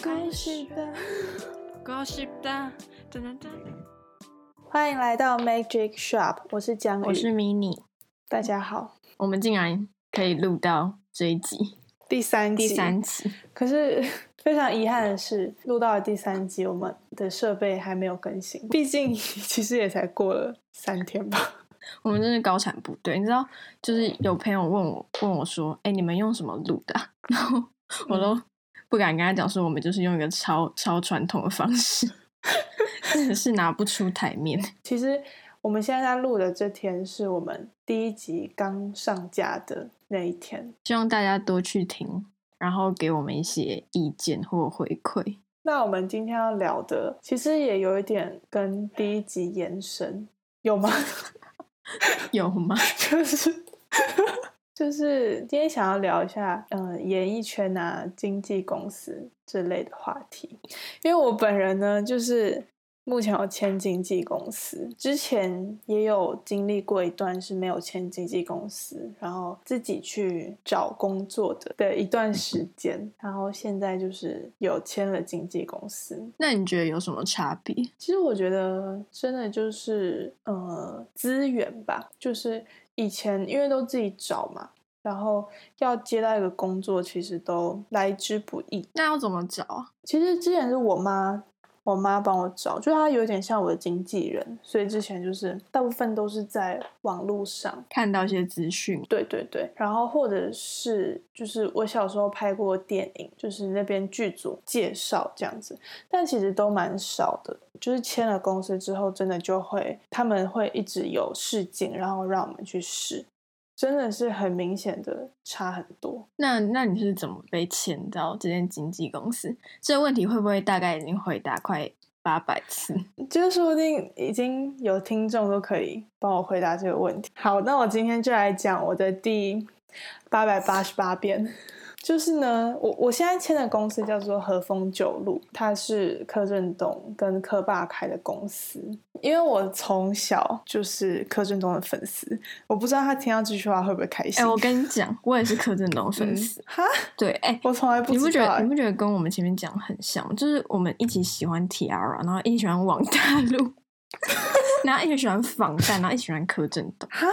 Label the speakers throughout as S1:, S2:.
S1: 开始的。
S2: Gossip 的，等等等，
S1: 欢迎来到 Magic Shop，我是江宇，
S2: 我是迷你。
S1: 大家好，
S2: 我们竟然可以录到这一集
S1: 第三集。
S2: 第三期，
S1: 可是 非常遗憾的是，录到了第三集，我们的设备还没有更新，毕竟其实也才过了三天吧。
S2: 我们真是高产部队。你知道，就是有朋友问我问我说：“哎、你们用什么录的啊、 然后我都不敢跟他讲说，我们就是用一个超 超传统的方式，真的是拿不出台面。
S1: 其实我们现在在录的这天是我们第一集刚上架的那一天。
S2: 希望大家多去听，然后给我们一些意见或回馈。
S1: 那我们今天要聊的，其实也有一点跟第一集延伸，有吗？
S2: 有吗？
S1: 就是就是今天想要聊一下，呃，演艺圈啊、经纪公司之类的话题。因为我本人呢，就是目前有签经纪公司，之前也有经历过一段是没有签经纪公司，然后自己去找工作的的一段时间，然后现在就是有签了经纪公司，
S2: 那你觉得有什么差别？
S1: 其实我觉得真的就是呃资源吧，就是以前因为都自己找嘛，然后要接到一个工作，其实都来之不易。
S2: 那要怎么找啊？
S1: 其实之前是我妈，我妈帮我找，就她有点像我的经纪人，所以之前就是大部分都是在网络上。
S2: 看到一些资讯，
S1: 对对对，然后或者是就是我小时候拍过电影，就是那边剧组介绍这样子，但其实都蛮少的。就是签了公司之后，真的就会他们会一直有试镜，然后让我们去试，真的是很明显的差很多。
S2: 那那你是怎么被签到这间经纪公司？这个问题会不会大概已经回答快八百次？
S1: 就是说不定已经有听众都可以帮我回答这个问题。好，那我今天就来讲我的第八百八十八遍。 就是呢，我我现在签的公司叫做和风九路，它是柯震东跟柯爸开的公司。因为我从小就是柯震东的粉丝，我不知道他听到这句话会不会开
S2: 哎、
S1: 心。
S2: 我跟你讲，我也是柯震东粉丝。
S1: 哈，
S2: 对，哎、
S1: 我从来不
S2: 你嗯不
S1: 知
S2: 觉
S1: 道、
S2: 得
S1: 欸
S2: 你不觉得跟我们前面讲很像？就是我们一起喜欢 Tiara，然后一起喜欢王大陆， 然后一起喜欢防弹，然后一起喜欢柯震东。
S1: 哈，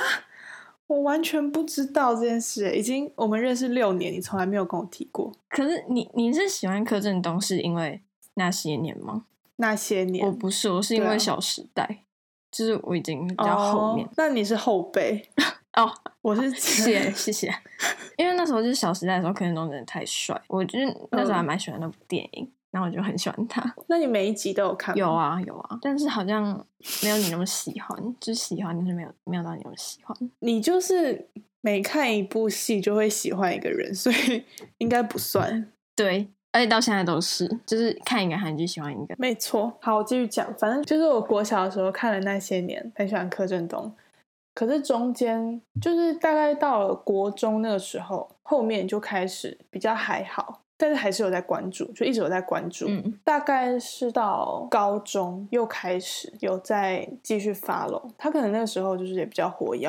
S1: 我完全不知道这件事、欸已经我们认识六年，你从来没有跟我提过
S2: 可是你你是喜欢柯震东是因为那些年吗？
S1: 那些年。
S2: 我不是，我是因
S1: 对啊
S2: 为《小时代》就是我已经比较后面
S1: 哦。那你是后 辈，
S2: 哦，
S1: 我是
S2: 谢 谢谢谢，因为那时候就是《小时代》的时候，柯震东真的太帅，我就是那时候还蛮喜欢那部电影，然后我就很喜欢他。
S1: 那你每一集都有看吗？
S2: 有啊有啊，但是好像没有你那么喜欢，就是喜欢，但是没有没有到你那么喜欢。
S1: 你就是每看一部戏就会喜欢一个人，所以应该不算。
S2: 对，而且到现在都是，就是看一个韩剧喜欢一个。
S1: 没错，好，我继续讲。反正就是我国小的时候看了那些年，很喜欢柯震东。可是中间就是大概到了国中那个时候，后面就开始比较还好，但是还是有在关注，就一直有在关注。
S2: 嗯，
S1: 大概是到高中又开始有在继续 follow，他可能那个时候就是也比较活跃，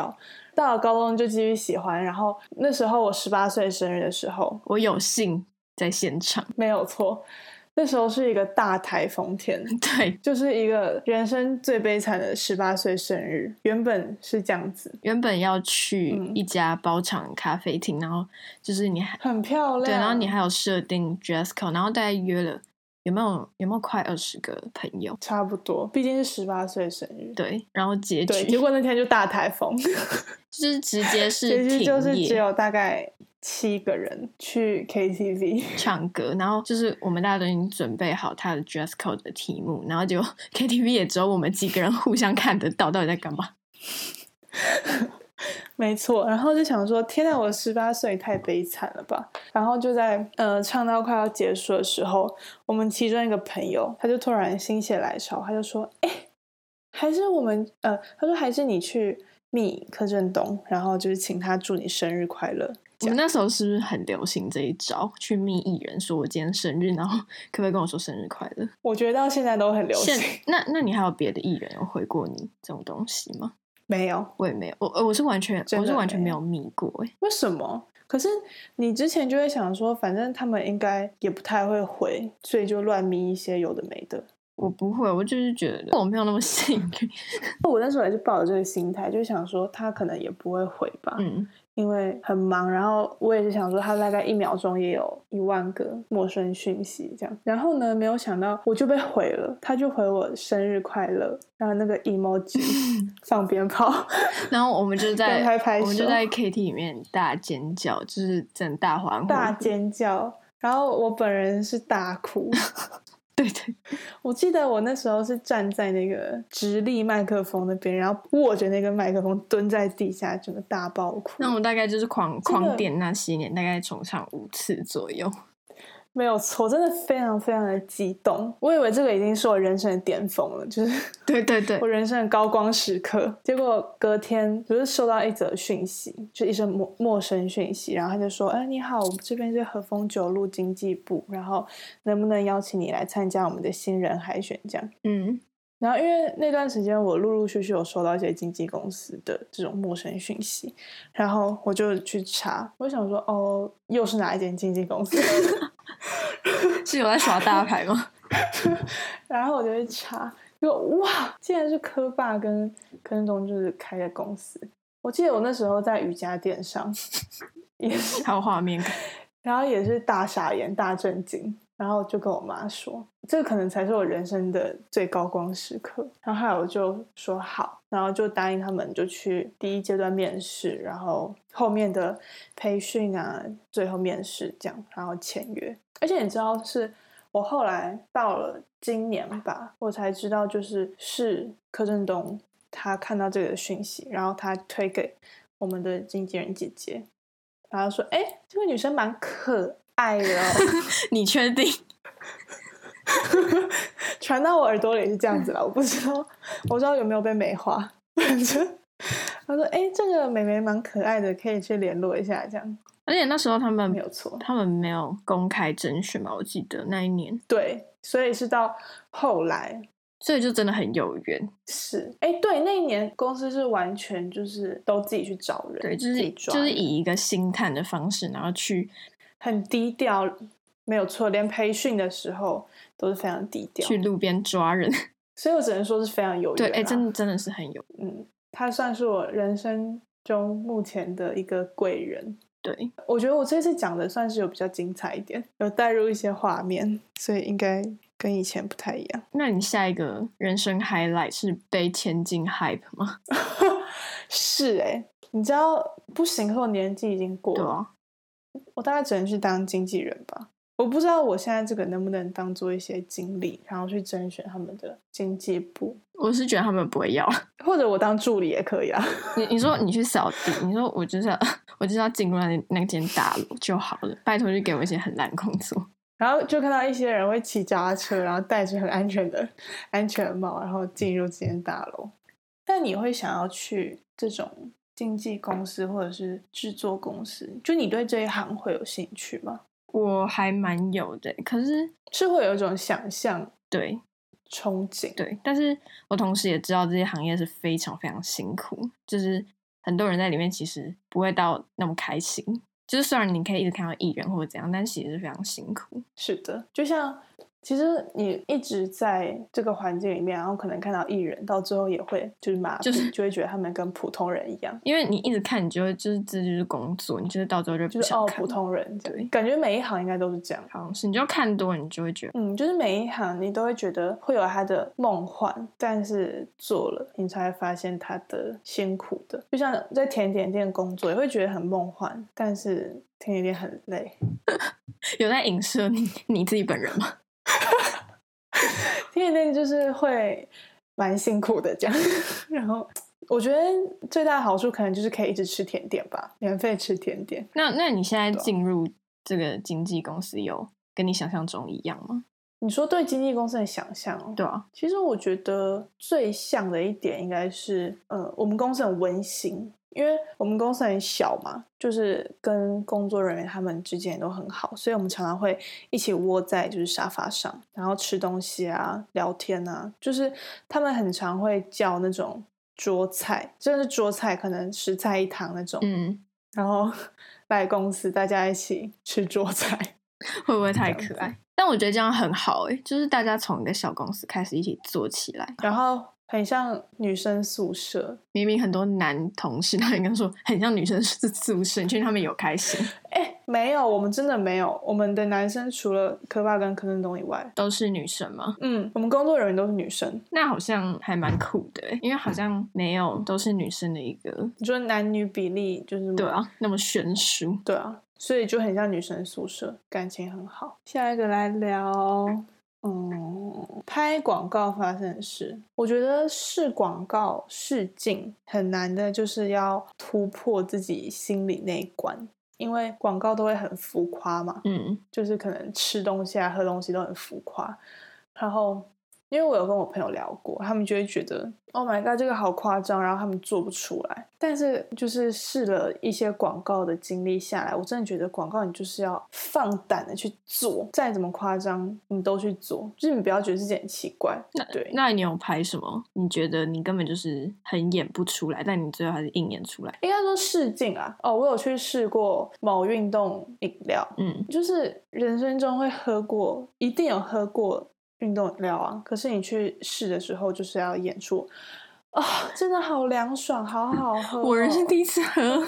S1: 到了高中就继续喜欢，然后那时候我十八岁生日的时候，
S2: 我有幸在现场，
S1: 没有错，那时候是一个大台风天，
S2: 对，
S1: 就是一个人生最悲惨的十八岁生日，原本是这样子，
S2: 原本要去
S1: 嗯
S2: 一家包场咖啡厅，然后就是你还
S1: 很漂亮，
S2: 对，啊然后你还有设定 dress code，然后大概约了有没有有没有快二十个朋友？
S1: 差不多，毕竟是十八岁生日。
S2: 对，然后结
S1: 对，
S2: 局
S1: 结果那天就大台风，
S2: 就是直接是
S1: 其
S2: 停
S1: 实
S2: 业
S1: 就是只有大概七个人去 KTV，
S2: 唱歌，然后就是我们大家都已经准备好他的 dress code 的题目，然后 结果 KTV 也只有我们几个人互相看得到到底在干 嘛。
S1: 没错，然后就想说，天呐，我十八岁也太悲惨了吧！然后就在呃唱到快要结束的时候，我们其中一个朋友他就突然心血来潮，他就说：“哎、还是我们呃，他说还是你去密柯震东，然后就是请他祝你生日快乐。”
S2: 我们那时候是不是很流行这一招？去密艺人说我今天生日，然后可不可以跟我说生日快乐？
S1: 我觉得到现在都很流
S2: 现
S1: 行。
S2: 那那你还有别的艺人有回过你这种东西吗？
S1: 没有，
S2: 我也没有，我呃我是完全
S1: 真
S2: 我
S1: 的
S2: 是完全
S1: 没
S2: 没
S1: 有
S2: 有密过、欸，
S1: 为什么？可是你之前就会想说，反正他们应该也不太会回，所以就乱咪一些有的没的。
S2: 我不会，我就是觉得我没有那么幸 运。
S1: 我那时候也是抱着这个心态，就想说他可能也不会回吧，
S2: 嗯，
S1: 因为很忙。然后我也是想说，他大概一秒钟也有一万个陌生讯息这样。然后呢，没有想到我就被回了，他就回我生日快乐，然后那个 emoji 放鞭炮，
S2: 然后我们就在
S1: 跟拍拍
S2: 我们就
S1: 手
S2: 在 KT 里面大尖叫，就是整大欢呼。
S1: 大尖叫。然后我本人是大哭，
S2: 对对，
S1: 我记得我那时候是站在那个直立麦克风那边，然后握着那个麦克风蹲在地下，整个大爆哭。
S2: 那我们大概就是狂
S1: 真的
S2: 狂点那些年，大概重唱五次左右。
S1: 没有错，真的非常非常的激动。我以为这个已经是我人生的巅峰了，就是
S2: 对对对
S1: 我，人生的高光时刻。结果隔天就是收到一则讯息，就一则陌陌生讯息，然后他就说：“哎，你好，我们这边是和风九路经济部，然后能不能邀请你来参加我们的新人海选？”这样。
S2: 嗯，
S1: 然后因为那段时间我陆陆续续有收到一些经纪公司的这种陌生讯息，然后我就去查，我想说哦，又是哪一间经纪公司？
S2: 是有在耍大牌 吗？
S1: 然后我就去查，就哇，竟然是科霸跟跟东就是开的公司。我记得我那时候在瑜伽垫上， 也是，
S2: 还有画面感，
S1: 然后也是大傻眼、大震惊，然后就跟我妈说，这可能才是我人生的最高光时刻。然后后来我就说好，然后就答应他们，就去第一阶段面试，然后后面的培训啊，最后面试这样，然后签约。而且你知道是。我后来到了今年吧，我才知道，就是是柯震东他看到这个讯息，然后他推给我们的经纪人姐姐，然后说：“哎、这个女生蛮可爱的、哦。
S2: 你确定？”
S1: 传到我耳朵里是这样子了，我不知道，我不知道有没有被美化，反正。他说：“哎、这个妹妹蛮可爱的，可以去联络一下，这样
S2: 而且那时候他们
S1: 没有错。
S2: 他们没有公开甄选嘛，我记得那一年，”
S1: 对，所以是到后来
S2: 所以就真的很有缘。
S1: 是，哎，对，那一年公司是完全就是都自己去找人，
S2: 对，就
S1: 自
S2: 是
S1: 己抓
S2: 就是以一个星探的方式，然后去
S1: 很低调，没有错，连培训的时候都是非常低调，
S2: 去路边抓人。
S1: 所以我只能说是非常有
S2: 对，
S1: 缘、啊。
S2: 哎、真的真的是很有
S1: 嗯，他算是我人生中目前的一个贵人。
S2: 对。
S1: 我觉得我这次讲的算是有比较精彩一点，有带入一些画面，所以应该跟以前不太一样。
S2: 那你下一个人生 highlight 是被签进 hype 吗？
S1: 是哎、你知道不行，我年纪已经过
S2: 对
S1: 了，
S2: 啊，
S1: 我大概只能去当经纪人吧。我不知道我现在这个能不能当做一些经历，然后去甄选他们的经济部，
S2: 我是觉得他们不会要。
S1: 或者我当助理也可以啊。
S2: 你你说你去扫地，你说我就是要 我就是要进入那那间大楼就好了，拜托就给我一些很烂工作。
S1: 然后就看到一些人会骑脚踏车，然后戴着很安全的安全帽，然后进入这间大楼。那你会想要去这种经纪公司或者是制作公司？就你对这一行会有兴趣吗？
S2: 我还蛮有的，可是
S1: 是会有一种想象
S2: 对
S1: 憧憬，
S2: 对，但是我同时也知道这些行业是非常非常辛苦，就是很多人在里面其实不会到那么开心。就是虽然你可以一直看到艺人或者怎样，但其实是非常辛苦。
S1: 是的，就像其实你一直在这个环境里面，然后可能看到艺人，到最后也会就是麻痹，
S2: 就是
S1: 就会觉得他们跟普通人一样，
S2: 因为你一直看，你就会就是这就是工作，你就是到最后就
S1: 就
S2: 不
S1: 是
S2: 想
S1: 哦
S2: 看。
S1: 普通人这样
S2: 对
S1: 感觉每一行应该都是这样。
S2: 好像是你就看多，了，你就会觉得
S1: 嗯，就是每一行你都会觉得会有他的梦幻，但是做了你才会发现他的辛苦的。就像在甜点店工作，也会觉得很梦幻，但是甜点店很累。
S2: 有在影射你 你自己本人吗？
S1: 甜点店就是会蛮辛苦的这样。 然后我觉得最大的好处可能就是可以一直吃甜点吧，免费吃甜点。
S2: 那那你现在
S1: 对啊
S2: 进入这个经纪公司，有跟你想象中一样吗？
S1: 你说对经纪公司的想象、哦，
S2: 对啊，
S1: 其实我觉得最像的一点应该是，呃，我们公司很温馨，因为我们公司很小嘛，就是跟工作人员他们之间也都很好，所以我们常常会一起窝在就是沙发上，然后吃东西啊、聊天啊，就是他们很常会叫那种桌菜，真的是桌菜，可能十菜一汤那种，
S2: 嗯，
S1: 然后 来公司大家一起吃桌菜，
S2: 会不会太
S1: 嗯这样
S2: 可
S1: 子
S2: 爱？但我觉得这样很好诶、就是大家从一个小公司开始一起做起来。
S1: 然后很像女生宿舍。
S2: 明明很多男同事， 他们跟说很像女生是宿 舍，你确定他们有开心？
S1: 哎，没有，我们真的没有。我们的男生除了科霸跟柯震东以外，
S2: 都是女生吗？
S1: 嗯，我们工作人员都是女生。
S2: 那好像还蛮酷的欸，因为好像没有都是女生的一个，
S1: 你说男女比例就是
S2: 对啊，那么悬殊。
S1: 对啊，所以就很像女生宿舍，感情很好。下一个来聊，嗯，拍广告发生的事。我觉得试广告试镜很难的，就是要突破自己心里那一关，因为广告都会很浮夸嘛，
S2: 嗯，
S1: 就是可能吃东西啊、喝东西都很浮夸。然后，因为我有跟我朋友聊过，他们就会觉得 “Oh my god”，这个好夸张，然后他们做不出来。但是，就是试了一些广告的经历下来，我真的觉得广告你就是要放胆的去做，再怎么夸张你都去做，就是你不要觉得自己很奇怪。对，
S2: 那你有拍什么？你觉得你根本就是很演不出来，但你最后还是硬演出来。
S1: 应该说试镜啊。哦，我有去试过某运动饮料，
S2: 嗯，
S1: 就是人生中会喝过，一定有喝过运动饮料啊。可是你去试的时候，就是要演出啊、真的好凉爽，好好喝哦、
S2: 我人生第一次喝的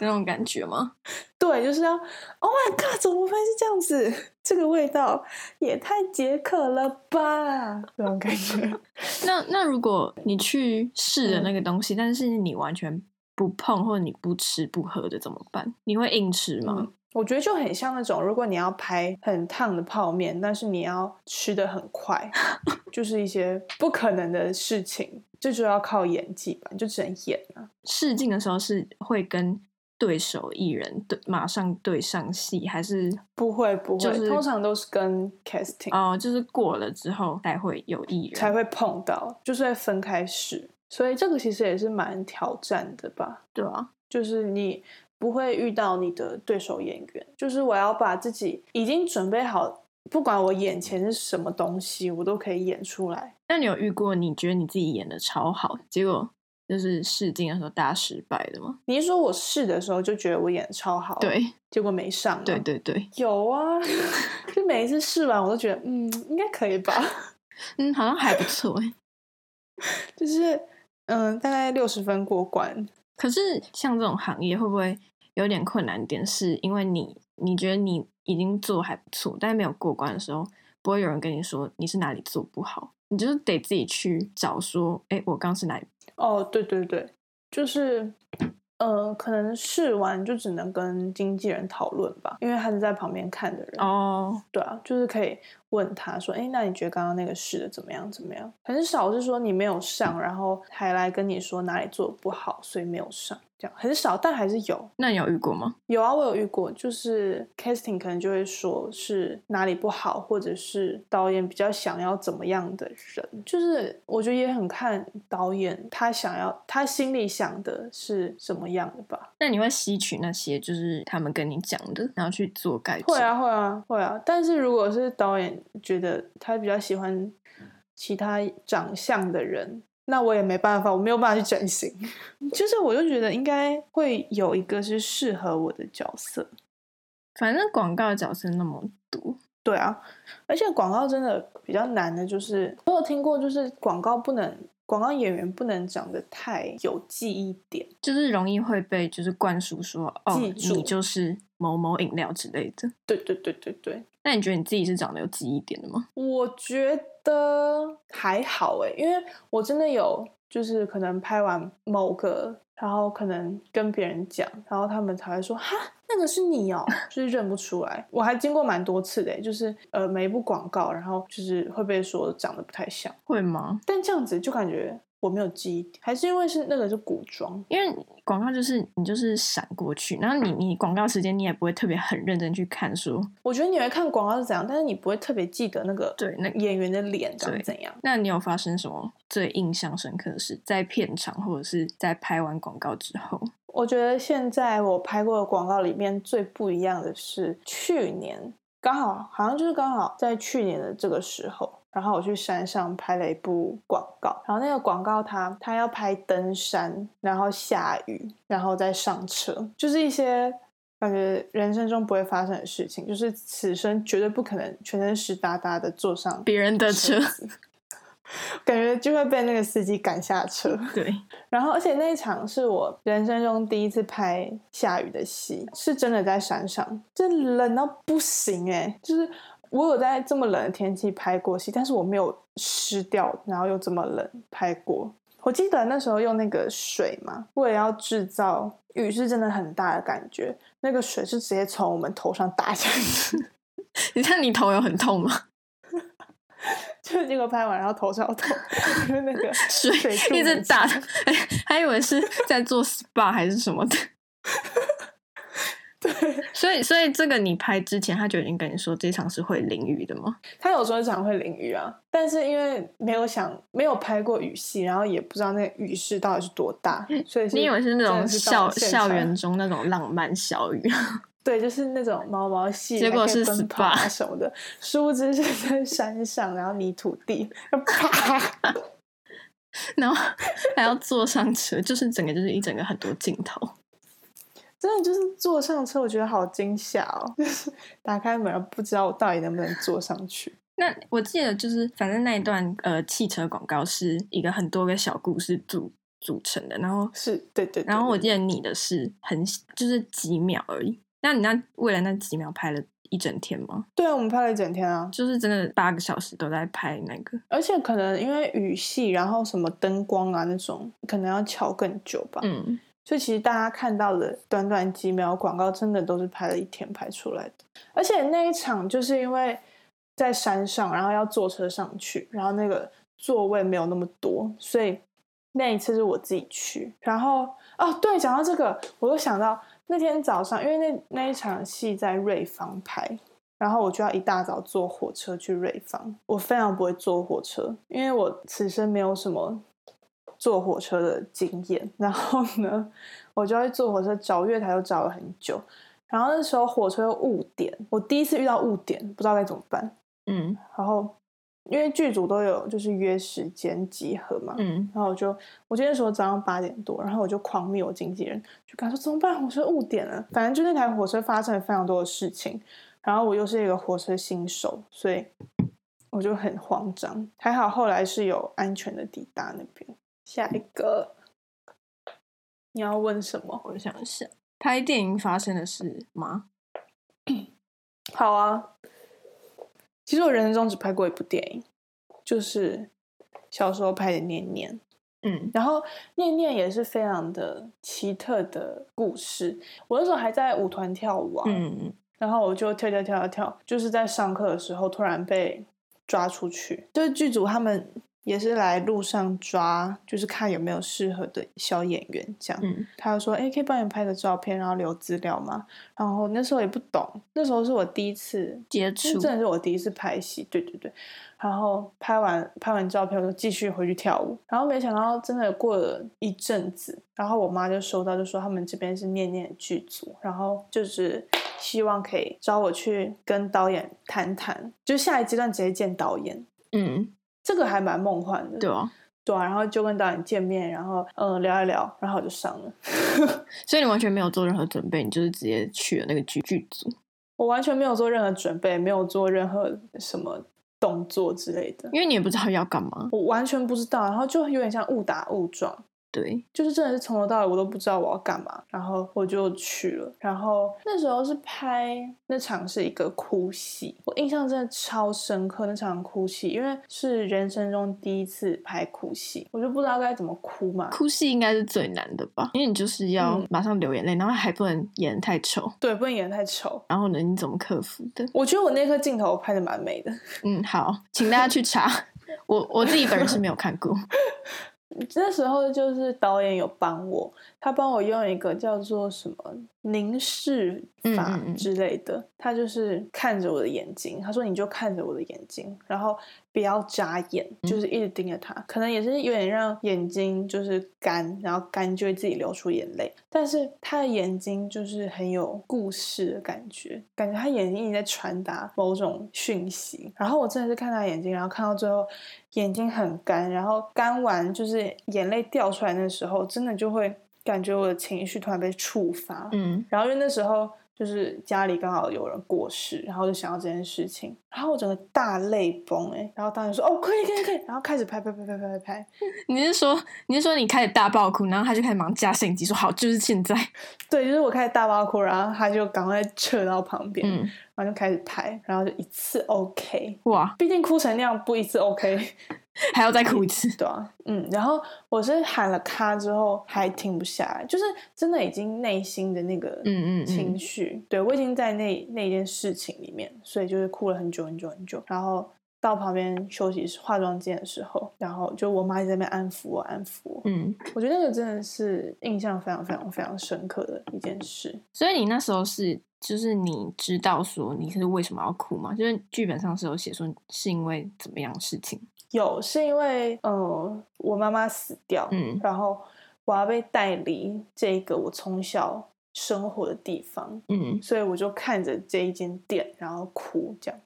S2: 那种感觉吗？
S1: 对，就是要 Oh my God，怎么会是这样子？ 这个味道也太解渴了吧？这种感觉。
S2: 那那如果你去试的那个东西，但是你完全不碰或者你不吃不喝的怎么办？你会硬吃吗？
S1: 嗯 我觉得就很像那种，如果你要拍很烫的泡面，但是你要吃的很 快，就是一些不可能的事情，这就要靠演技吧，你就只能演啊。
S2: 试镜的时候是会跟对手艺人对马上对上戏，还是
S1: 不会不会，
S2: 就是
S1: 通常都是跟 casting、
S2: 哦、就是过了之后才会有艺人？
S1: 才会碰到，就是会分开试，所以这个其实也是蛮挑战的吧。
S2: 对啊，
S1: 就是你不会遇到你的对手演员，就是我要把自己已经准备好，不管我眼前是什么东西，我都可以演出来。
S2: 那你有遇过你觉得你自己演的超好，结果就是试镜的时候大家失败的吗？
S1: 你是说我试的时候就觉得我演的超好，，
S2: 对
S1: 结果没上、啊，
S2: 对，对对，
S1: 有啊， 就每一次试完我都觉得，嗯，应该可以吧。
S2: 嗯，好像还不错欸
S1: 就是嗯，大概六十分过关。
S2: 可是像这种行业会不会有点困难点？是因为你你觉得你已经做还不错，但是没有过关的时候，不会有人跟你说你是哪里做不好，你就是得自己去找说，哎、我刚是哪里
S1: 哦，对对对，就是，呃，可能试完就只能跟经纪人讨论吧，因为他是在旁边看的人。
S2: 哦，
S1: 对啊，就是可以问他说，哎，那你觉得刚刚那个试的怎么样？怎么样？很少是说你没有上，然后还来跟你说哪里做的不好，所以没有上，这样很少，但还是有。
S2: 那你有遇过吗？
S1: 有啊，我有遇过，就是 casting 可能就会说是哪里不好，或者是导演比较想要怎么样的人，就是我觉得也很看导演他想要他心里想的是什么样的吧。
S2: 那你会吸取那些就是他们跟你讲的，然后去做改进？
S1: 会啊，会啊，会啊。但是如果是导演觉得他比较喜欢其他长相的人，那我也没办法，我没有办法去整形。 就是我就觉得应该会有一个是适合我的角色。
S2: 反正广告的角色那么多，
S1: 对啊，而且广告真的比较难的，就是我有听过，就是广告不能，广告演员不能长得太有记忆点。
S2: 就是容易会被就是灌输说，哦，
S1: 记住
S2: 你就是某某饮料之类的。
S1: 对对对对对，
S2: 那你觉得你自己是长得有记忆点的吗？
S1: 我觉得还好诶，因为我真的有，就是可能拍完某个，然后可能跟别人讲，然后他们才会说哈。那个是你哦， 就是认不出来。我还经过蛮多次的诶，就是呃每一部广告，然后就是会被说长得不太像。
S2: 会吗？
S1: 但这样子就感觉我没有记忆点，还是因为是那个是古装，
S2: 因为广告就是你就是闪过去，然后你你广告时间你也不会特别很认真去看说，
S1: 我觉得你会看广告是怎样，但是你不会特别记得那个
S2: 对那
S1: 演员的脸长
S2: 对
S1: 怎样。
S2: 那你有发生什么最印象深刻的事？在片场或者是在拍完广告之后？
S1: 我觉得现在我拍过的广告里面最不一样的是去年，刚好好像就是刚好在去年的这个时候。然后我去山上拍了一部广告，然后那个广告它它要拍登山，然后下雨，然后再上车，就是一些感觉人生中不会发生的事情，就是此生绝对不可能全身湿哒哒的坐上
S2: 别人的车，
S1: 子 感觉就会被那个司机赶下车。
S2: 对，
S1: 然后，而且那一场是我人生中第一次拍下雨的戏，是真的在山上，这冷到不行哎、就是我有在这么冷的天气拍过戏，但是我没有湿掉，然后又这么冷拍过。我记得那时候用那个水嘛，为了要制造雨是真的很大的感觉，那个水是直接从我们头上打下去，
S2: 你看你头有很痛吗？
S1: 就结果拍完然后头 超痛，因为那个
S2: 水
S1: 水柱
S2: 一直
S1: 很
S2: 打，哎，还以为是在做 SPA 还是什么 的。对，所以所以这个你拍之前，他就已经跟你说这场是会淋雨的吗？
S1: 他有时候常会淋雨啊，但是因为没有想没有拍过雨戏，然后也不知道那个雨势到底是多大，所以
S2: 嗯
S1: 是
S2: 你以为是那
S1: 真
S2: 种
S1: 的是到
S2: 校
S1: 了现
S2: 校
S1: 场
S2: 园中那种浪漫小雨？
S1: 对，就是那种毛毛戏，
S2: 结果
S1: 还可以
S2: 是
S1: 奔跑啊
S2: SPA
S1: 什么的，殊不知是在山上，然后泥土地，啪，
S2: 然后还要坐上车，就是整个就是一整个很多镜头。
S1: 真的就是坐上车，我觉得好惊吓哦， 就是打开门不知道我到底能不能坐上去。
S2: 那我记得就是，反正那一段呃汽车广告是一个很多个小故事组组成的，然后
S1: 是对对对，
S2: 然后我记得你的是很就是几秒而已。那你那为了那几秒拍了一整天吗？
S1: 对啊，我们拍了一整天啊，
S2: 就是真的八个小时都在拍那个，
S1: 而且可能因为雨戏，然后什么灯光啊那种，可能要调更久吧。
S2: 嗯，
S1: 所以其实大家看到的短短几秒广告，真的都是拍了一天拍出来的。而且那一场就是因为在山上，然后要坐车上去，然后那个座位没有那么多，所以那一次是我自己去。然后哦，对，讲到这个，我又想到那天早上，因为那那一场戏在瑞芳拍，然后我就要一大早坐火车去瑞芳。我非常不会坐火车，因为我此生没有什么坐火车的经验。然后呢，我就要去坐火车，找月台又找了很久。然后那时候火车又误点，我第一次遇到误点，不知道该怎么办。
S2: 嗯
S1: 然后因为剧组都有就是约时间集合嘛，
S2: 嗯，
S1: 然后我就，我今天说早上八点多，然后我就狂密我经纪人，就跟他说怎么办，火车误点了。反正就那台火车发生了非常多的事情，然后我又是一个火车新手，所以我就很慌张。还好后来是有安全的抵达那边。下一个，你要问什么？
S2: 我想想，拍电影发生的事吗？
S1: 好啊，其实我人生中只拍过一部电影，就是小时候拍的《念念》。
S2: 嗯
S1: 然后念念也是非常的奇特的故事。我那时候还在舞团跳舞啊，
S2: 嗯
S1: 然后我就跳跳跳跳跳，就是在上课的时候突然被抓出去，就是剧组他们也是来路上抓，就是看有没有适合的小演员这样。
S2: 嗯
S1: 他就说：“哎、可以帮你拍个照片，然后留资料吗？”然后那时候也不懂，那时候是我第一次
S2: 接
S1: 这
S2: 触
S1: 真的是我第一次拍戏，对对对。然后拍完拍完照片，我就继续回去跳舞。然后没想到真的过了一阵子，然后我妈就收到，就说他们这边是念念的剧组，然后就是希望可以找我去跟导演谈谈，就下一阶段直接见导演，
S2: 嗯，
S1: 这个还蛮梦幻的，
S2: 对啊，
S1: 对啊。然后就跟导演见面，然后嗯聊一聊，然后我就上了。
S2: 所以你完全没有做任何准备，你就是直接去了那个剧剧组。
S1: 我完全没有做任何准备，没有做任何什么动作之类的。
S2: 因为你也不知道要干嘛。
S1: 我完全不知道，然后就有点像误打误撞，
S2: 对，
S1: 就是真的是从头到尾我都不知道我要干嘛，然后我就去了。然后那时候是拍那场是一个哭戏，我印象真的超深刻那场哭戏，因为是人生中第一次拍哭戏，我就不知道该怎么哭嘛。
S2: 哭戏应该是最难的吧，因为你就是要
S1: 嗯
S2: 马上流眼泪，然后还不能演得太丑，
S1: 对，不能演得太丑。
S2: 然后呢，你怎么克服的？
S1: 我觉得我那颗镜头拍的蛮美的，
S2: 嗯，好，请大家去查。 我我自己本人是没有看过，
S1: 那时候就是导演有帮我，他帮我用一个叫做什么凝视
S2: 嗯
S1: 法
S2: 嗯嗯
S1: 之类的，他就是看着我的眼睛，他说你就看着我的眼睛，然后不要眨眼，就是一直盯着他，可能也是有点让眼睛就是干，然后干就会自己流出眼泪，但是他的眼睛就是很有故事的感觉，感觉他眼睛一直在传达某种讯息，然后我真的是看他眼睛，然后看到最后眼睛很干，然后干完就是眼泪掉出来的时候，真的就会感觉我的情绪突然被触发，
S2: 嗯
S1: 然后因为那时候就是家里刚好有人过世，然后就想到这件事情，然后我整个大泪崩哎、欸然后当时说哦可以可以可以，然后开始拍拍拍拍拍拍拍，
S2: 你是说你是说你开始大爆哭，然后他就开始忙架摄影机，说好就是现在，
S1: 对，就是我开始大爆哭，然后他就赶快撤到旁边，
S2: 嗯，
S1: 然后就开始拍，然后就一次 OK，
S2: 哇，
S1: 毕竟哭成那样不一次 OK，
S2: 还要再哭一次，
S1: 对啊，嗯，然后我是喊了咔之后还停不下来，就是真的已经内心的那个
S2: 嗯嗯嗯
S1: 情绪，对我已经在那那件事情里面，所以就是哭了很久很久很久，然后到旁边休息室化妆间的时候，然后就我妈一直在那边安抚我安抚我，
S2: 嗯，
S1: 我觉得那个真的是印象非常非常非常深刻的一件事，
S2: 所以你那时候是就是你知道说你是为什么要哭吗？就是剧本上是有写说是因为怎么样的事情，
S1: 有是因为呃我妈妈死掉，
S2: 嗯
S1: 然后我要被带离这个我从小生活的地方，
S2: 嗯
S1: 所以我就看着这一间店，然后哭这样。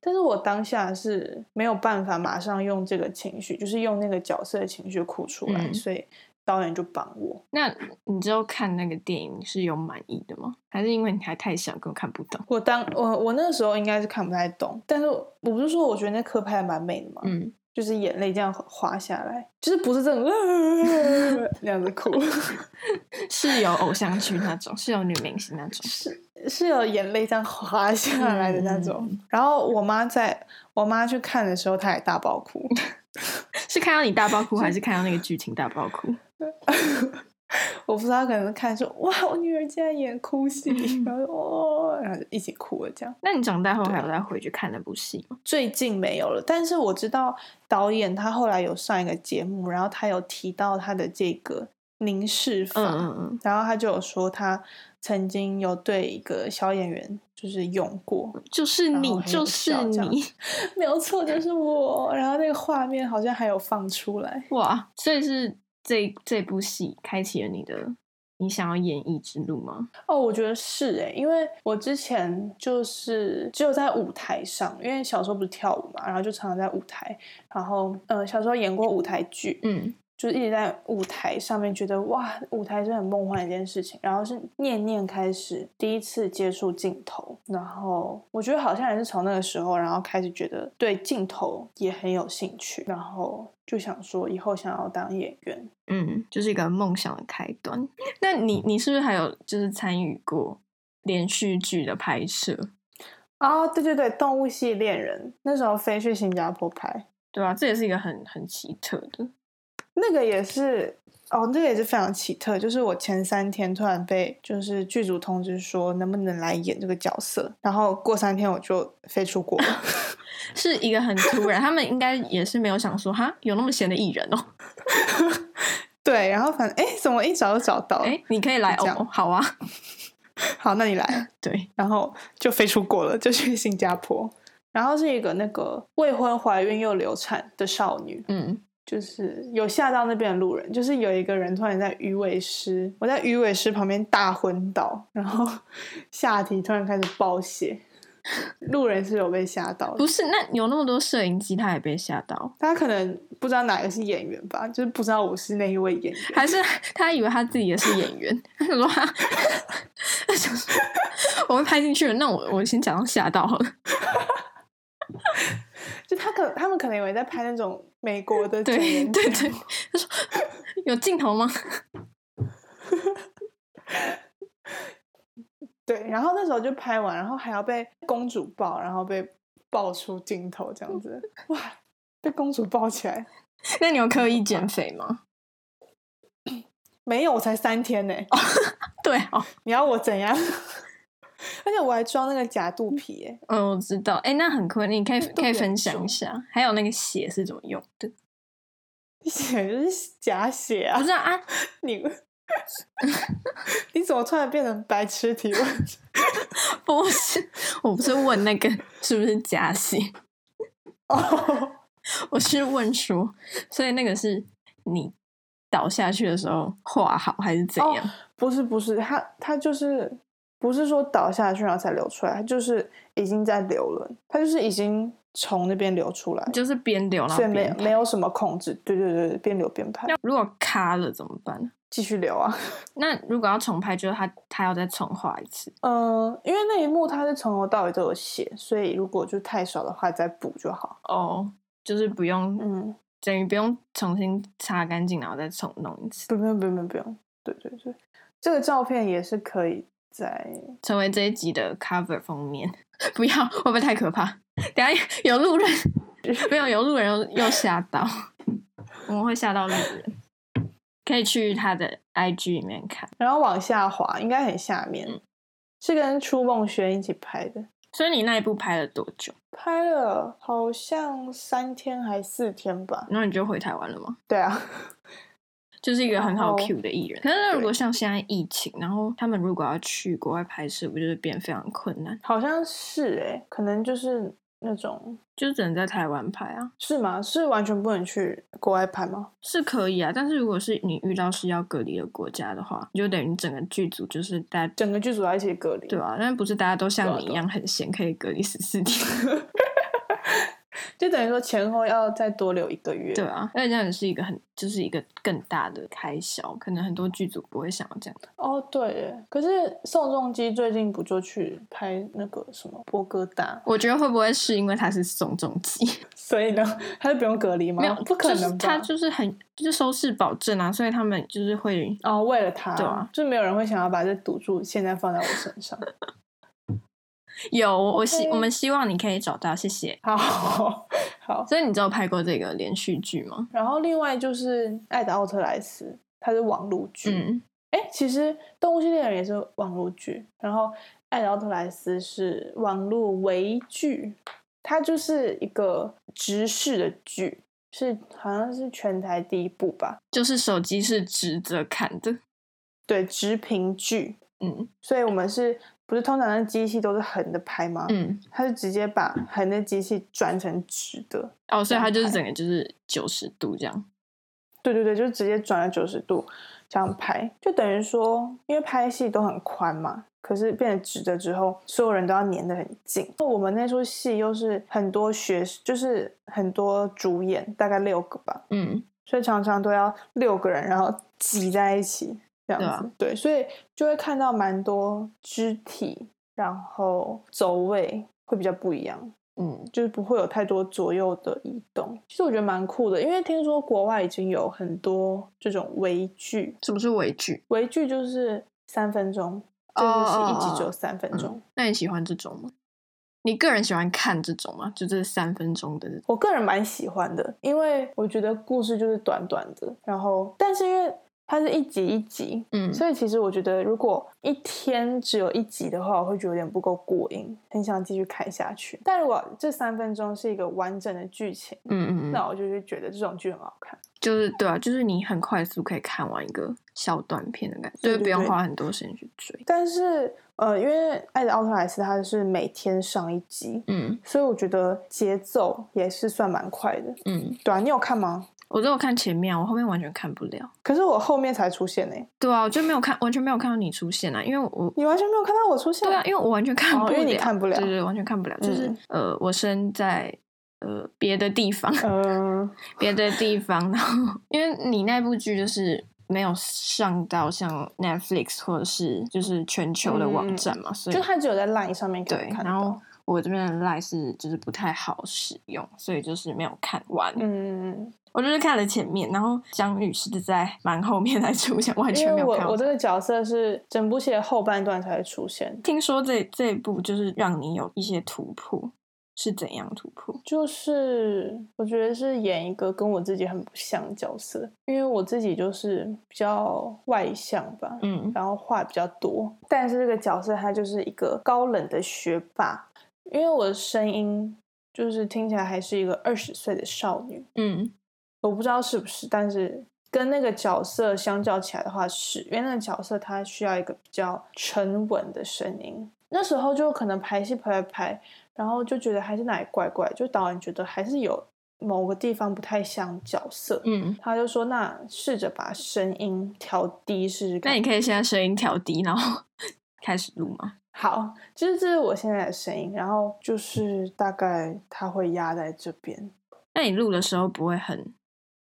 S1: 但是我当下是没有办法马上用这个情绪，就是用那个角色的情绪哭出来，
S2: 嗯
S1: 所以导演就绑我。
S2: 那你之后看那个电影是有满意的吗？还是因为你还太小，根本看不懂？
S1: 我当我我那时候应该是看不太懂，但是我我不是说我觉得那刻拍的蛮美的嘛，
S2: 嗯，
S1: 就是眼泪这样滑下来，就是不是这种、 呃、那样子哭，
S2: 是有偶像剧那种，是有女明星那种，
S1: 是有眼泪这样滑下来的那
S2: 嗯
S1: 种。然后我妈在我妈去看的时候，她也大爆哭。
S2: 是看到你大爆哭，还是看到那个剧情大爆哭？
S1: 我不知道，可能看说哇，我女儿竟然演哭戏，
S2: 嗯
S1: 然后就哦，然后就一起哭了这样。
S2: 那你长大后还有再回去看那部戏吗？
S1: 最近没有了，但是我知道导演他后来有上一个节目，然后他有提到他的这个凝视法，
S2: 嗯嗯嗯，
S1: 然后他就有说他曾经有对一个小演员就是用过，
S2: 嗯就是
S1: 然后
S2: 你，
S1: 很
S2: 就
S1: 有
S2: 是
S1: 效这样
S2: 你，
S1: 没有错，就是我。然后那个画面好像还有放出来，
S2: 哇！所以是这这部戏开启了你的你想要演艺之路吗？
S1: 哦，我觉得是诶，因为我之前就是只有在舞台上，因为小时候不是跳舞嘛，然后就常常在舞台，然后呃小时候演过舞台剧，
S2: 嗯
S1: 就是一直在舞台上面觉得哇，舞台是很梦幻的一件事情。然后是念念开始第一次接触镜头，然后我觉得好像也是从那个时候，然后开始觉得对镜头也很有兴趣，然后就想说以后想要当演员。
S2: 嗯，就是一个梦想的开端。那你你是不是还有就是参与过连续剧的拍摄？
S1: 哦，对对对，《动物系恋人》那时候飞去新加坡拍，
S2: 对啊，这也是一个很很奇特的。
S1: 那个也是哦，那个也是非常奇特。就是我前三天突然被就是剧组通知说能不能来演这个角色，然后过三天我就飞出国了。
S2: 是一个很突 然，他们应该也是没有想说哈，有那么闲的艺人哦，
S1: 对，然后反正哎，怎么一找就找到了？
S2: 哎，你可以来
S1: 就这样
S2: 哦，好啊，
S1: 好，那你来，
S2: 对，
S1: 然后就飞出国了，就去新加坡。然后是一个那个未婚怀孕又流产的少女，
S2: 嗯，
S1: 就是有吓到那边的路人，就是有一个人突然在鱼尾狮，我在鱼尾狮旁边大昏倒，然后 下体突然开始爆血， 路人是有被吓到的
S2: 不。是，那有那么多摄影机，他也被吓到，
S1: 大家可能不知道哪个是演员吧，就是不知道我是那一位演员。
S2: 还是他以为他自己也是演员，他想说哈，他想说我被拍进去了，那我我先假装吓到好了，
S1: 就他可他们可能以为在拍那种美国的整
S2: 对
S1: 人
S2: 对
S1: 片
S2: 对，他说有镜头吗？
S1: 对，然后那时候就拍完，然后还要被公主抱，然后被抱出镜头这 样子，哇，被公主抱起来，
S2: 那你有刻意减肥吗？
S1: 没有，我才三天呢、
S2: 对哦，
S1: 你要我怎样？ 而且我还装那个假肚皮、欸，
S2: 嗯，我知道，哎，那很酷，你可以可以分享
S1: 重
S2: 一下，还有那个血是怎么用的？
S1: 血就是假血啊
S2: 不！是啊，
S1: 你 你怎么突然变成白痴提问？
S2: 不是，我不是问那个是不是假戏，
S1: 哦，
S2: 我是问说，所以那个是你倒下去的时候画好还是怎样？
S1: 不是不是，它它就是不是说倒下去然后才流出来，它就是已经在流了，它就是已经从那边流出来，
S2: 就是边流然
S1: 所以
S2: 后
S1: 没
S2: 边
S1: 有没有什么控制。对对对，对边流边拍
S2: 那，如果卡了怎么办？
S1: 继续流啊。
S2: 那如果要重拍，就是他他要再重画一次。
S1: 嗯，因为那一幕它是从头到尾都有写，所以如果就太少的话再补就好。
S2: 哦，就是不用，
S1: 嗯，
S2: 等于不用重新擦干净，然后再重弄一次，
S1: 不用不用不用不用，对对对，这个照片也是可以在
S2: 成为这一集的 cover 封面。 不要，会不会太可怕？等一下有路人，没有有路人又又吓到， 我们会吓到路人。可以去他的 IG 里面看。
S1: 然后往下滑，应该很下面，
S2: 嗯
S1: 是跟初梦轩一起拍的，
S2: 所以你那一部拍了多久？
S1: 拍了好像三天还四天吧。
S2: 然后你就回台湾了吗？
S1: 对啊，
S2: 就是一个很
S1: 然
S2: 好
S1: 后
S2: Q 的艺人。哦可是那如
S1: 对
S2: 果像现在疫情，然后他们如果要去国外拍摄，不就是变非常困难？
S1: 好像是诶、可能就是那种
S2: 就只能在台湾拍啊。
S1: 是吗？是完全不能去国外拍吗？
S2: 是可以啊，但是如果是你遇到是要隔离的国家的话，你就等于整个剧组就是大家
S1: 整个剧组要一起隔离，
S2: 对啊，但不是大家都
S1: 对啊
S2: 像
S1: 对
S2: 你
S1: 啊
S2: 一样很闲，可以隔离十四天，
S1: 就等于说前后要再多留一个月。
S2: 对啊，而且这样也是一个很就是一个更大的开销，可能很多剧组不会想要这样。
S1: 哦，对耶。可是宋仲基最近不就去拍那个什么波哥大，
S2: 我觉得会不会是因为他是宋仲基？
S1: 所以呢， 他就不用隔离吗？
S2: 没有，
S1: 不可
S2: 就是
S1: 能吧？
S2: 他就是很就是收视保证啊，所以他们就是会
S1: 哦，为了他，
S2: 对啊
S1: 就没有人会想要把这赌注现在放在我身上。
S2: 有我我希
S1: OK
S2: 我们希望你可以找到，谢谢。
S1: 好 好，
S2: 所以你知道拍过这个连续剧吗？
S1: 然后另外就是《爱的奥特莱斯》，它是网路剧。
S2: 嗯，
S1: 哎、其实《动物系猎人》也是网路剧，然后《爱的奥特莱斯》是网路微剧，它就是一个直视的剧，是好像是全台第一部吧？
S2: 就是手机是直着看的，
S1: 对，直屏剧。
S2: 嗯
S1: 所以我们是不是通常的机器都是横的拍吗？
S2: 嗯。
S1: 它是直接把横的机器转成直的，
S2: 哦，所以
S1: 这样
S2: 它就是
S1: 拍
S2: 整个就是九十度这样。
S1: 对对对，就直接转了九十度这样拍，就等于说，因为拍戏都很宽嘛，可是变成直的之后，所有人都要粘得很近。我们那出戏又是很多学，就是很多主演，大概六个吧，
S2: 嗯，
S1: 所以常常都要六个人，然后挤在一起这样子。
S2: 对啊
S1: 对，所以就会看到蛮多肢体，然后走位会比较不一样。
S2: 嗯，
S1: 就是不会有太多左右的移动。其实我觉得蛮酷的，因为听说国外已经有很多这种微剧，
S2: 什么是微剧？
S1: 微剧就是三分钟，
S2: 哦
S1: 就是一集只
S2: 哦
S1: 有
S2: 哦
S1: 三分钟。
S2: 那你喜欢这种吗？你个人喜欢看这种吗？就这三分钟的这种，
S1: 我个人蛮喜欢的，因为我觉得故事就是短短的，然后但是因为它是一集一集，
S2: 嗯
S1: 所以其实我觉得如果一天只有一集的话，我会觉得有点不够过瘾，很想继续看下去。但如果这三分钟是一个完整的剧情，
S2: 嗯嗯嗯，
S1: 那我就会觉得这种剧很好看。
S2: 就是对啊，就是你很快速可以看完一个小短片的感觉，就
S1: 对
S2: 是
S1: 对
S2: 不用
S1: 对
S2: 花很多时间去追。
S1: 但是呃，因为《爱的奥特莱斯》它是每天上一集，
S2: 嗯
S1: 所以我觉得节奏也是算蛮快的。
S2: 嗯，
S1: 对啊，你有看吗？
S2: 我只有看前面啊，我后面完全看不了。
S1: 可是我后面才出现呢、
S2: 对啊，我就没有看，完全没有看到你出现啊，因为我
S1: 你完全没有看到我出现。
S2: 对啊，因为我完全看
S1: 哦
S2: 不了，
S1: 因为你看不了
S2: 对对，完全看不了，就是、
S1: 嗯
S2: 呃，我身在呃别的地方，
S1: 嗯、
S2: 别的地方，然后因为你那部剧就是没有上到像 Netflix 或者是就是全球的网站嘛，所以
S1: 嗯就它只有在 LINE 上面可
S2: 对
S1: 以，看
S2: 然
S1: 到
S2: 后。我这边的 Line 是就是不太好使用，所以就是没有看完。
S1: 嗯，
S2: 我就是看了前面，然后姜女士是在蛮后面才出现，完
S1: 因
S2: 全没
S1: 为
S2: 有
S1: 我
S2: 看
S1: 我
S2: 完。
S1: 这个角色是整部戏的后半段才会出现，
S2: 听说这这一部就是让你有一些突破，是怎样突破？
S1: 就是我觉得是演一个跟我自己很不像的角色，因为我自己就是比较外向吧，
S2: 嗯
S1: 然后话比较多，但是这个角色他就是一个高冷的学霸，因为我的声音就是听起来还是一个二十岁的少女，
S2: 嗯，
S1: 我不知道是不是，但是跟那个角色相较起来的话是，因为那个角色他需要一个比较沉稳的声音。那时候就可能排戏排排排，然后就觉得还是哪里怪怪，就导演觉得还是有某个地方不太像角色，
S2: 嗯，
S1: 他就说那试着把声音调低试试
S2: 那
S1: 看
S2: 你。可以现在声音调低，然后开始录吗？
S1: 好，就是这是我现在的声音，然后就是大概它会压在这边，
S2: 那你录的时候不会很，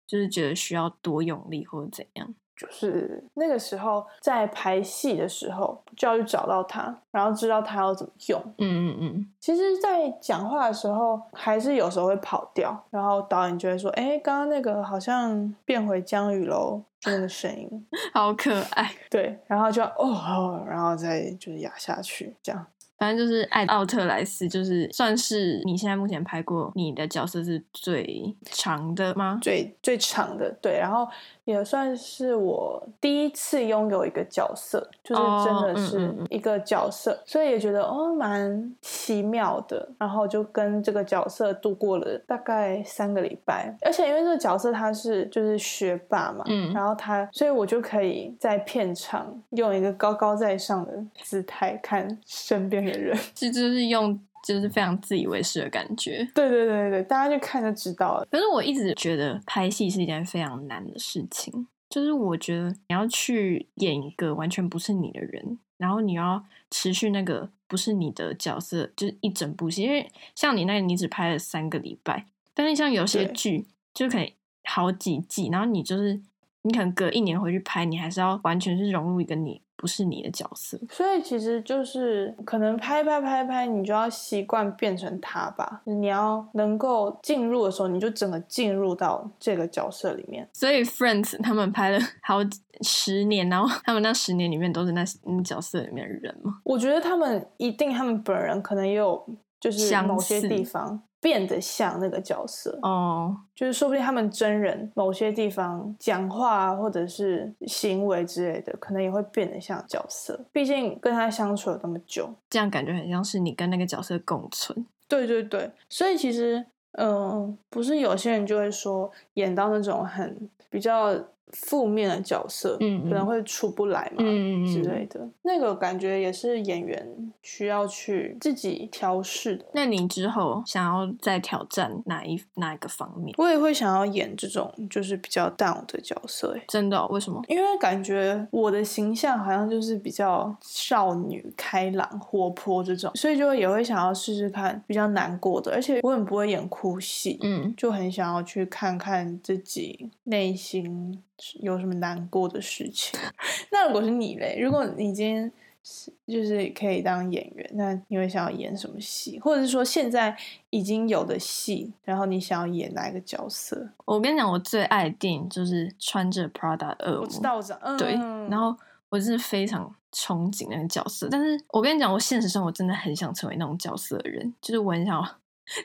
S2: 就是觉得需要多用力或者怎样？
S1: 就是那个时候在排戏的时候就要去找到它，然后知道它要怎么用。
S2: 嗯嗯嗯，
S1: 其实，在讲话的时候，还是有时候会跑调，然后导演就会说：“哎，刚刚那个好像变回江雨楼就那个声音。
S2: 好可爱。”
S1: 对，然后就哦哦，然后再就是压下去，这样
S2: 反正就是艾奥特莱斯，就是算是你现在目前拍过你的角色是最长的吗？
S1: 最最长的对，然后也算是我第一次拥有一个角色，就是真的
S2: 哦嗯
S1: 是
S2: 嗯嗯
S1: 一个角色，所以也觉得哦蛮奇妙的。然后就跟这个角色度过了大概三个礼拜，而且因为这个角色他是就是学霸嘛，
S2: 嗯
S1: 然后他，所以我就可以在片场用一个高高在上的姿态看身边的人。
S2: 这就是用就是非常自以为是的感觉。
S1: 对对对对，大家就看就知道了。
S2: 可是我一直觉得拍戏是一件非常难的事情，就是我觉得你要去演一个完全不是你的人，然后你要持续那个不是你的角色，就是一整部戏。因为像你那个，你只拍了三个礼拜，但是像有些
S1: 对
S2: 剧就可能好几季，然后你就是你可能隔一年回去拍，你还是要完全是融入一个你不是你的角色。
S1: 所以其实就是可能拍拍拍拍，你就要习惯变成他吧。你要能够进入的时候，你就整个进入到这个角色里面。
S2: 所以 Friends 他们拍了 好几十年，然后他们那十年里面都是那那角色里面的人嘛。
S1: 我觉得他们一定，他们本人可能也有就是
S2: 相
S1: 某些
S2: 似
S1: 地方变得像那个角色，
S2: 哦，
S1: 就是说不定他们真人某些地方讲话啊或者是行为之类的，可能也会变得像角色。毕竟跟他相处了那么久，
S2: 这样感觉很像是你跟那个角色共存。
S1: 对对对，所以其实，嗯、不是有些人就会说演到那种很比较负面的角色，
S2: 嗯
S1: 可能会出不来嘛。
S2: 嗯
S1: 之类的，那个感觉也是演员需要去自己调试的。
S2: 那你之后想要再挑战哪一哪一个方面？
S1: 我也会想要演这种就是比较 down 的角色、欸，
S2: 真的哦、为什么？
S1: 因为感觉我的形象好像就是比较少女、开朗、活泼这种，所以就也会想要试试看比较难过的，而且我很不会演哭戏，
S2: 嗯，
S1: 就很想要去看看自己内心是有什么难过的事情。 那如果是你嘞，如果你今天是就是可以当演员，那你会想要演什么戏，或者是说现在已经有的戏，然后你想要演哪一个角色？
S2: 我跟你讲，我最爱的电影就是穿着 Prada 的恶魔。
S1: 我知道，我知道，嗯，
S2: 对，
S1: 嗯
S2: 然后我是非常憧憬那个角色，但是我跟你讲，我现实生活真的很想成为那种角色的人，就是我很想要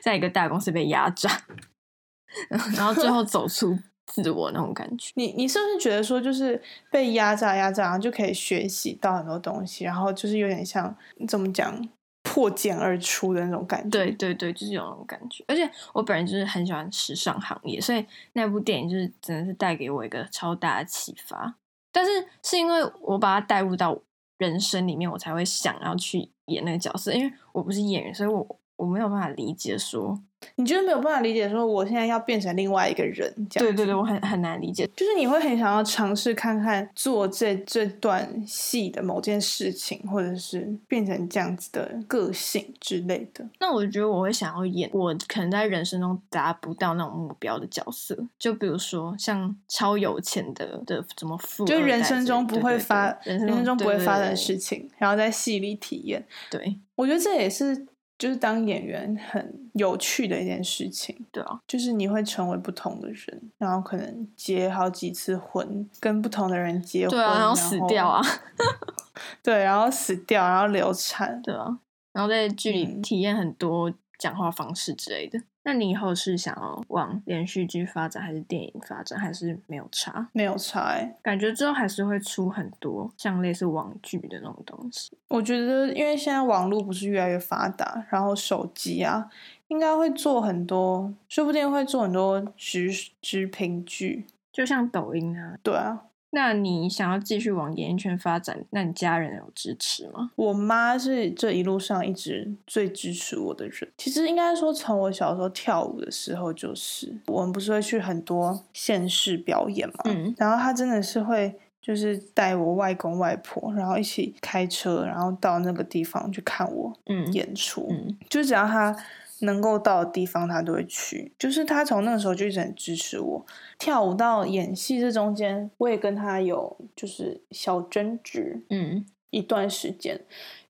S2: 在一个大公司被压榨， 然后最后走出自我那种感觉。
S1: 你你是不是觉得说，就是被压榨压榨，然后就可以学习到很多东西，然后就是有点像怎么讲破茧而出的那种感觉？
S2: 对对对，就是有那种感觉。而且我本人就是很喜欢时尚行业，所以那部电影就是真的是带给我一个超大的启发。但是是因为我把它带入到人生里面，我才会想要去演那个角色，因为我不是演员，所以我我没有办法理解说
S1: 你就是没有办法理解说我现在要变成另外一个人，这样
S2: 对对对，我很很难理解。
S1: 就是你会很想要尝试看看做这这段戏的某件事情，或者是变成这样子的个性之类的。
S2: 那我觉得我会想要演我可能在人生中达不到那种目标的角色，就比如说像超有钱的的怎么富二代
S1: 就
S2: 之类的，
S1: 人生中不会发，
S2: 对对对
S1: 人生中不会发生的，
S2: 对
S1: 事情，然后在戏里体验。
S2: 对对对对
S1: 我觉得这也是就是当演员很有趣的一件事情，
S2: 对啊，
S1: 就是你会成为不同的人，然后可能结好几次婚，跟不同的人结婚，
S2: 对啊，然后死掉啊，，
S1: 对，然后死掉，然后流产，
S2: 对啊，然后在剧里
S1: 嗯
S2: 体验很多讲话方式之类的。那你以后是想要往连续剧发展，还是电影发展，还是没有差？
S1: 没有差、欸。
S2: 感觉之后还是会出很多像类似网剧的那种东西。
S1: 我觉得，因为现在网络不是越来越发达，然后手机啊，应该会做很多，说不定会做很多直直评剧，
S2: 就像抖音啊。
S1: 对啊，
S2: 那你想要继续往演艺圈发展，那你家人有支持吗？
S1: 我妈是这一路上一直最支持我的人。其实应该说，从我小时候跳舞的时候，就是我们不是会去很多县市表演嘛，
S2: 嗯
S1: 然后她真的是会。就是带我外公外婆，然后一起开车，然后到那个地方去看我
S2: 嗯
S1: 演出。
S2: 嗯
S1: 就只要他能够到的地方，他都会去。就是他从那个时候就一直很支持我。跳舞到演戏这中间，我也跟他有就是小争执
S2: 嗯
S1: 一段时间。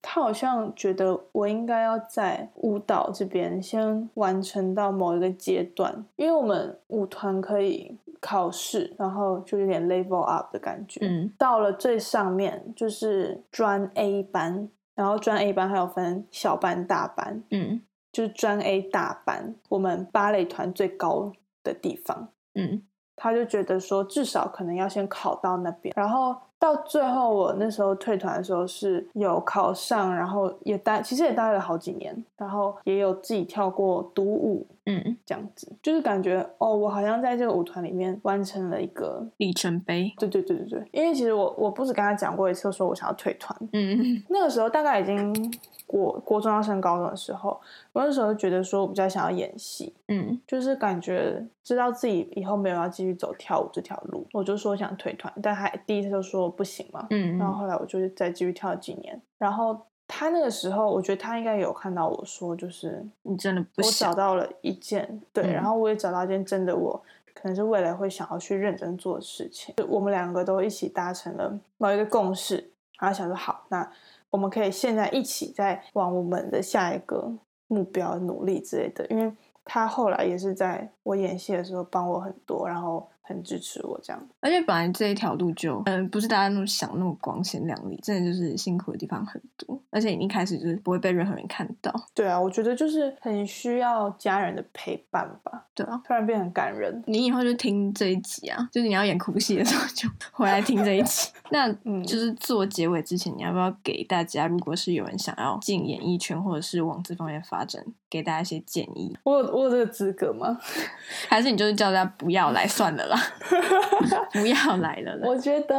S1: 他好像觉得我应该要在舞蹈这边先完成到某一个阶段，因为我们舞团可以考试，然后就有点 level up 的感觉。
S2: 嗯
S1: 到了最上面就是专 A 班，然后专 A 班还有分小班、大班，
S2: 嗯
S1: 就是专 A 大班，我们芭蕾团最高的地方，
S2: 嗯
S1: 他就觉得说至少可能要先考到那边，然后到最后我那时候退团的时候是有考上，然后也待其实也待了好几年，然后也有自己跳过独舞
S2: 嗯，
S1: 这样子，就是感觉哦，我好像在这个舞团里面完成了一个
S2: 里程碑。
S1: 对对对对对，因为其实我我不止跟他讲过一次，说我想要退团。
S2: 嗯
S1: 那个时候大概已经国国中要升高中的时候，我那时候就觉得说我比较想要演戏，
S2: 嗯
S1: 就是感觉知道自己以后没有要继续走跳舞这条路，我就说想退团，但他第一次就说不行嘛，
S2: 嗯
S1: 然后后来我就再继续跳了几年，然后。他那个时候，我觉得他应该有看到我说，就是
S2: 你真的不
S1: 我
S2: 想
S1: 找到了一件对，
S2: 嗯
S1: 然后我也找到一件真的我可能是未来会想要去认真做的事情。我们两个都一起达成了某一个共识，然后想说好，那我们可以现在一起再往我们的下一个目标努力之类的。因为他后来也是在我演戏的时候帮我很多，然后很支持我这样。
S2: 而且本来这一条路就，嗯、不是大家那么想那么光鲜亮丽，真的就是辛苦的地方很多，而且你一开始就是不会被任何人看到，
S1: 对啊，我觉得就是很需要家人的陪伴吧。
S2: 对啊。
S1: 突然变得很感人，
S2: 你以后就听这一集啊，就是你要演哭戏的时候就回来听这一集。 那
S1: 嗯
S2: 就是做结尾之前，你要不要给大家，如果是有人想要进演艺圈或者是往这方面发展，给大家一些建议？
S1: 我有我有这个资格吗？
S2: 还是你就是叫大家不要来算 了啦， 不要来了啦。
S1: 我觉得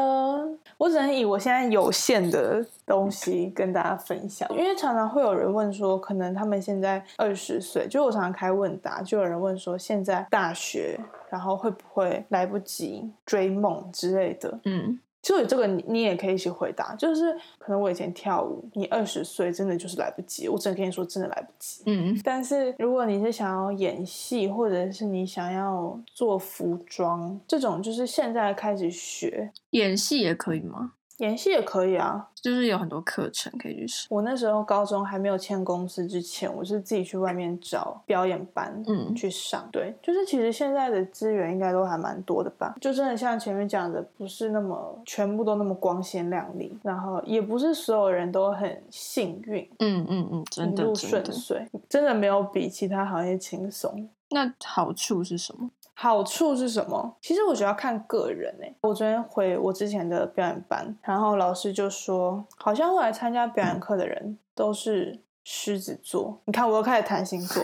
S1: 我只能以我现在有限的东西跟大家分享，因为常常会有人问说，可能他们现在二十岁，就我常常开问答，就有人问说，现在大学，然后会不会来不及追梦之类的。
S2: 嗯
S1: 就有这个你你也可以一起回答，就是可能我以前跳舞，你二十岁真的就是来不及，我只能跟你说真的来不及。
S2: 嗯
S1: 但是如果你是想要演戏，或者是你想要做服装这种，就是现在开始学，
S2: 演戏也可以吗？
S1: 演戏也可以啊。
S2: 就是有很多课程可以去上。
S1: 我那时候高中还没有签公司之前，我是自己去外面找表演班，
S2: 嗯
S1: 去上。对，就是其实现在的资源应该都还蛮多的吧。就真的像前面讲的，不是那么全部都那么光鲜亮丽，然后也不是所有人都很幸运，
S2: 嗯嗯嗯，真
S1: 一
S2: 的
S1: 路
S2: 真
S1: 顺
S2: 的。
S1: 遂，真的没有比其他行业轻松。
S2: 那好处是什么？
S1: 好处是什么？其实我觉得要看个人诶、我昨天回我之前的表演班，然后老师就说，好像会来参加表演课的人都是狮子座。你看，我又开始谈星座。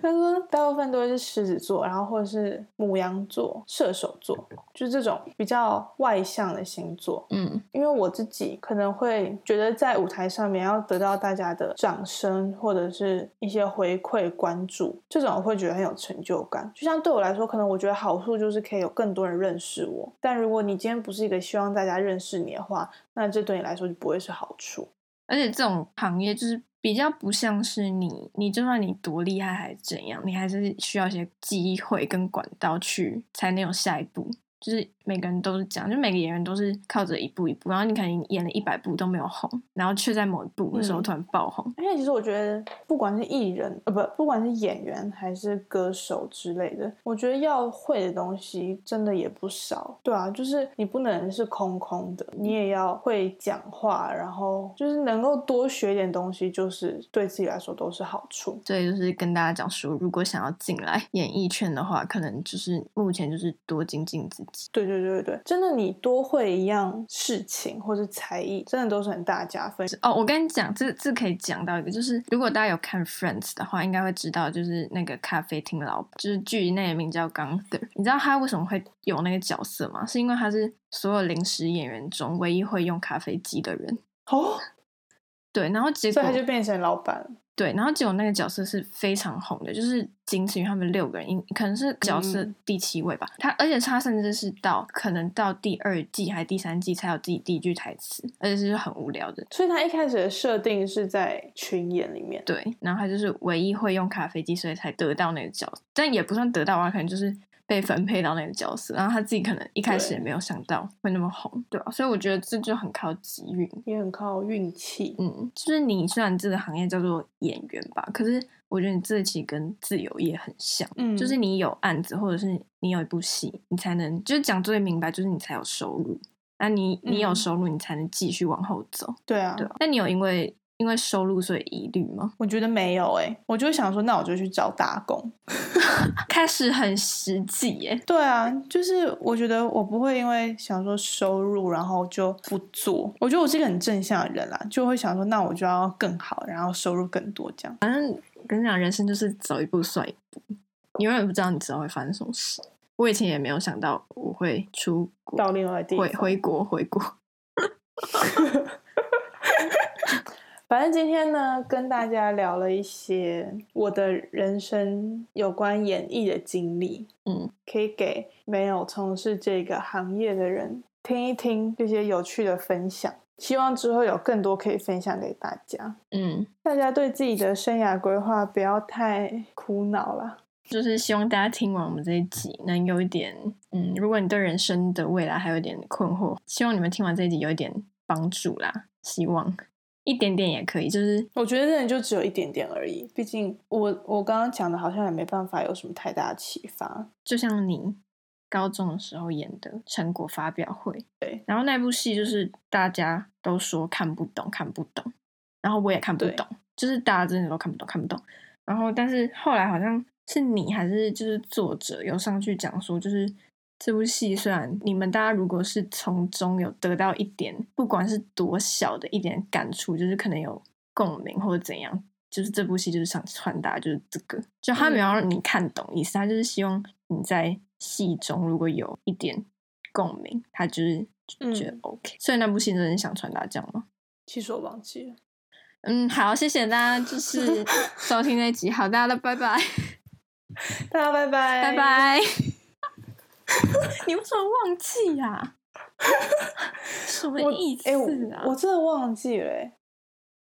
S1: 他说，大部分都会是狮子座，然后或者是母羊座、射手座，就是这种比较外向的星座。
S2: 嗯
S1: 因为我自己可能会觉得在舞台上面要得到大家的掌声或者是一些回馈关注，这种我会觉得很有成就感。就像对我来说，可能我觉得好处就是可以有更多人认识我，但如果你今天不是一个希望大家认识你的话，那这对你来说就不会是好处。
S2: 而且这种行业就是比较不像是你，你就算你多厉害还是怎样，你还是需要一些机会跟管道去才能有下一步。就是每个人都是这样，就每个演员都是靠着一步一步，然后你可能演了一百部都没有红，然后却在某一部的时候
S1: 嗯
S2: 突然爆红。
S1: 而且其实我觉得，不管是艺人，呃，不，不管是演员还是歌手之类的，我觉得要会的东西真的也不少。对啊，就是你不能是空空的，你也要会讲话，然后就是能够多学一点东西，就是对自己来说都是好处。
S2: 所以就是跟大家讲说，如果想要进来演艺圈的话，可能就是目前就是多精进自己。
S1: 对对对对对，真的你多会一样事情或者才艺，真的都是很大加分。
S2: 哦，我跟你讲，这这可以讲到一个，就是如果大家有看《Friends》的话，应该会知道，就是那个咖啡厅老，就是剧内的名叫 Gunther。你知道他为什么会有那个角色吗？是因为他是所有临时演员中唯一会用咖啡机的人。
S1: 哦，
S2: 对，然后结
S1: 所
S2: 果
S1: 以他就变成老板。
S2: 对，然后结果那个角色是非常红的，就是仅次于他们六个人，应可能是角色
S1: 嗯
S2: 第七位吧。他而且他甚至是到可能到第二季还第三季才有自己第一句台词，而且是很无聊的。
S1: 所以他一开始的设定是在群演里面。
S2: 对，然后他就是唯一会用咖啡机，所以才得到那个角色，但也不算得到啊，可能就是被分配到那个角色。然后他自己可能一开始
S1: 对
S2: 也没有想到会那么红，对吧、啊所以我觉得这就很靠机运。
S1: 也很靠运气，
S2: 嗯，就是你虽然这个行业叫做演员吧，可是我觉得你这其实跟自由业很像，
S1: 嗯
S2: 就是你有案子或者是你有一部戏，你才能就是讲最明白，就是你才有收入。那你你有
S1: 嗯
S2: 收入，你才能继续往后走，
S1: 对啊，
S2: 对吧、那你有因为因为收入所以疑虑吗？
S1: 我觉得没有哎、我就想说，那我就去找打工。
S2: 开始很实际耶。
S1: 对啊，就是我觉得我不会因为想说收入，然后就不做。我觉得我是一个很正向的人啦，就会想说，那我就要更好，然后收入更多这样。
S2: 跟你讲，人生就是走一步算一步，你永远不知道你之后会发生什么事。我以前也没有想到我会出国，
S1: 到另外地
S2: 回
S1: 方
S2: 回国回国。
S1: 反正今天呢，跟大家聊了一些我的人生有关演艺的经历，
S2: 嗯，
S1: 可以给没有从事这个行业的人听一听这些有趣的分享。希望之后有更多可以分享给大家。
S2: 嗯，
S1: 大家对自己的生涯规划不要太苦恼啦。
S2: 就是希望大家听完我们这一集，能有一点嗯，如果你对人生的未来还有点困惑，希望你们听完这一集有一点帮助啦。希望一点点也可以，就是
S1: 我觉得真的就只有一点点而已，毕竟我我刚刚讲的好像也没办法有什么太大的启发。
S2: 就像你高中的时候演的成果发表会，
S1: 对，
S2: 然后那部戏就是大家都说看不懂，看不懂，然后我也看不
S1: 对
S2: 懂，就是大家真的都看不懂，看不懂。然后，但是后来好像是你还是就是作者有上去讲说，就是这部戏虽然你们大家如果是从中有得到一点，不管是多小的一点感触，就是可能有共鸣或者怎样，就是这部戏就是想传达就是这个，就他没有让你看懂意思，他就是希望你在戏中如果有一点共鸣，他就是觉得
S1: 嗯
S2: OK。所以那部戏真的想传达这样吗？
S1: 其实我忘记了，
S2: 嗯，好，谢谢大家，就是收听这一集，好，大家都拜拜，
S1: 大家拜拜，
S2: 拜。拜。 你为什么忘记呀、什么
S1: 我
S2: 意思
S1: 哎
S2: 啊？
S1: 我我真的忘记了、欸。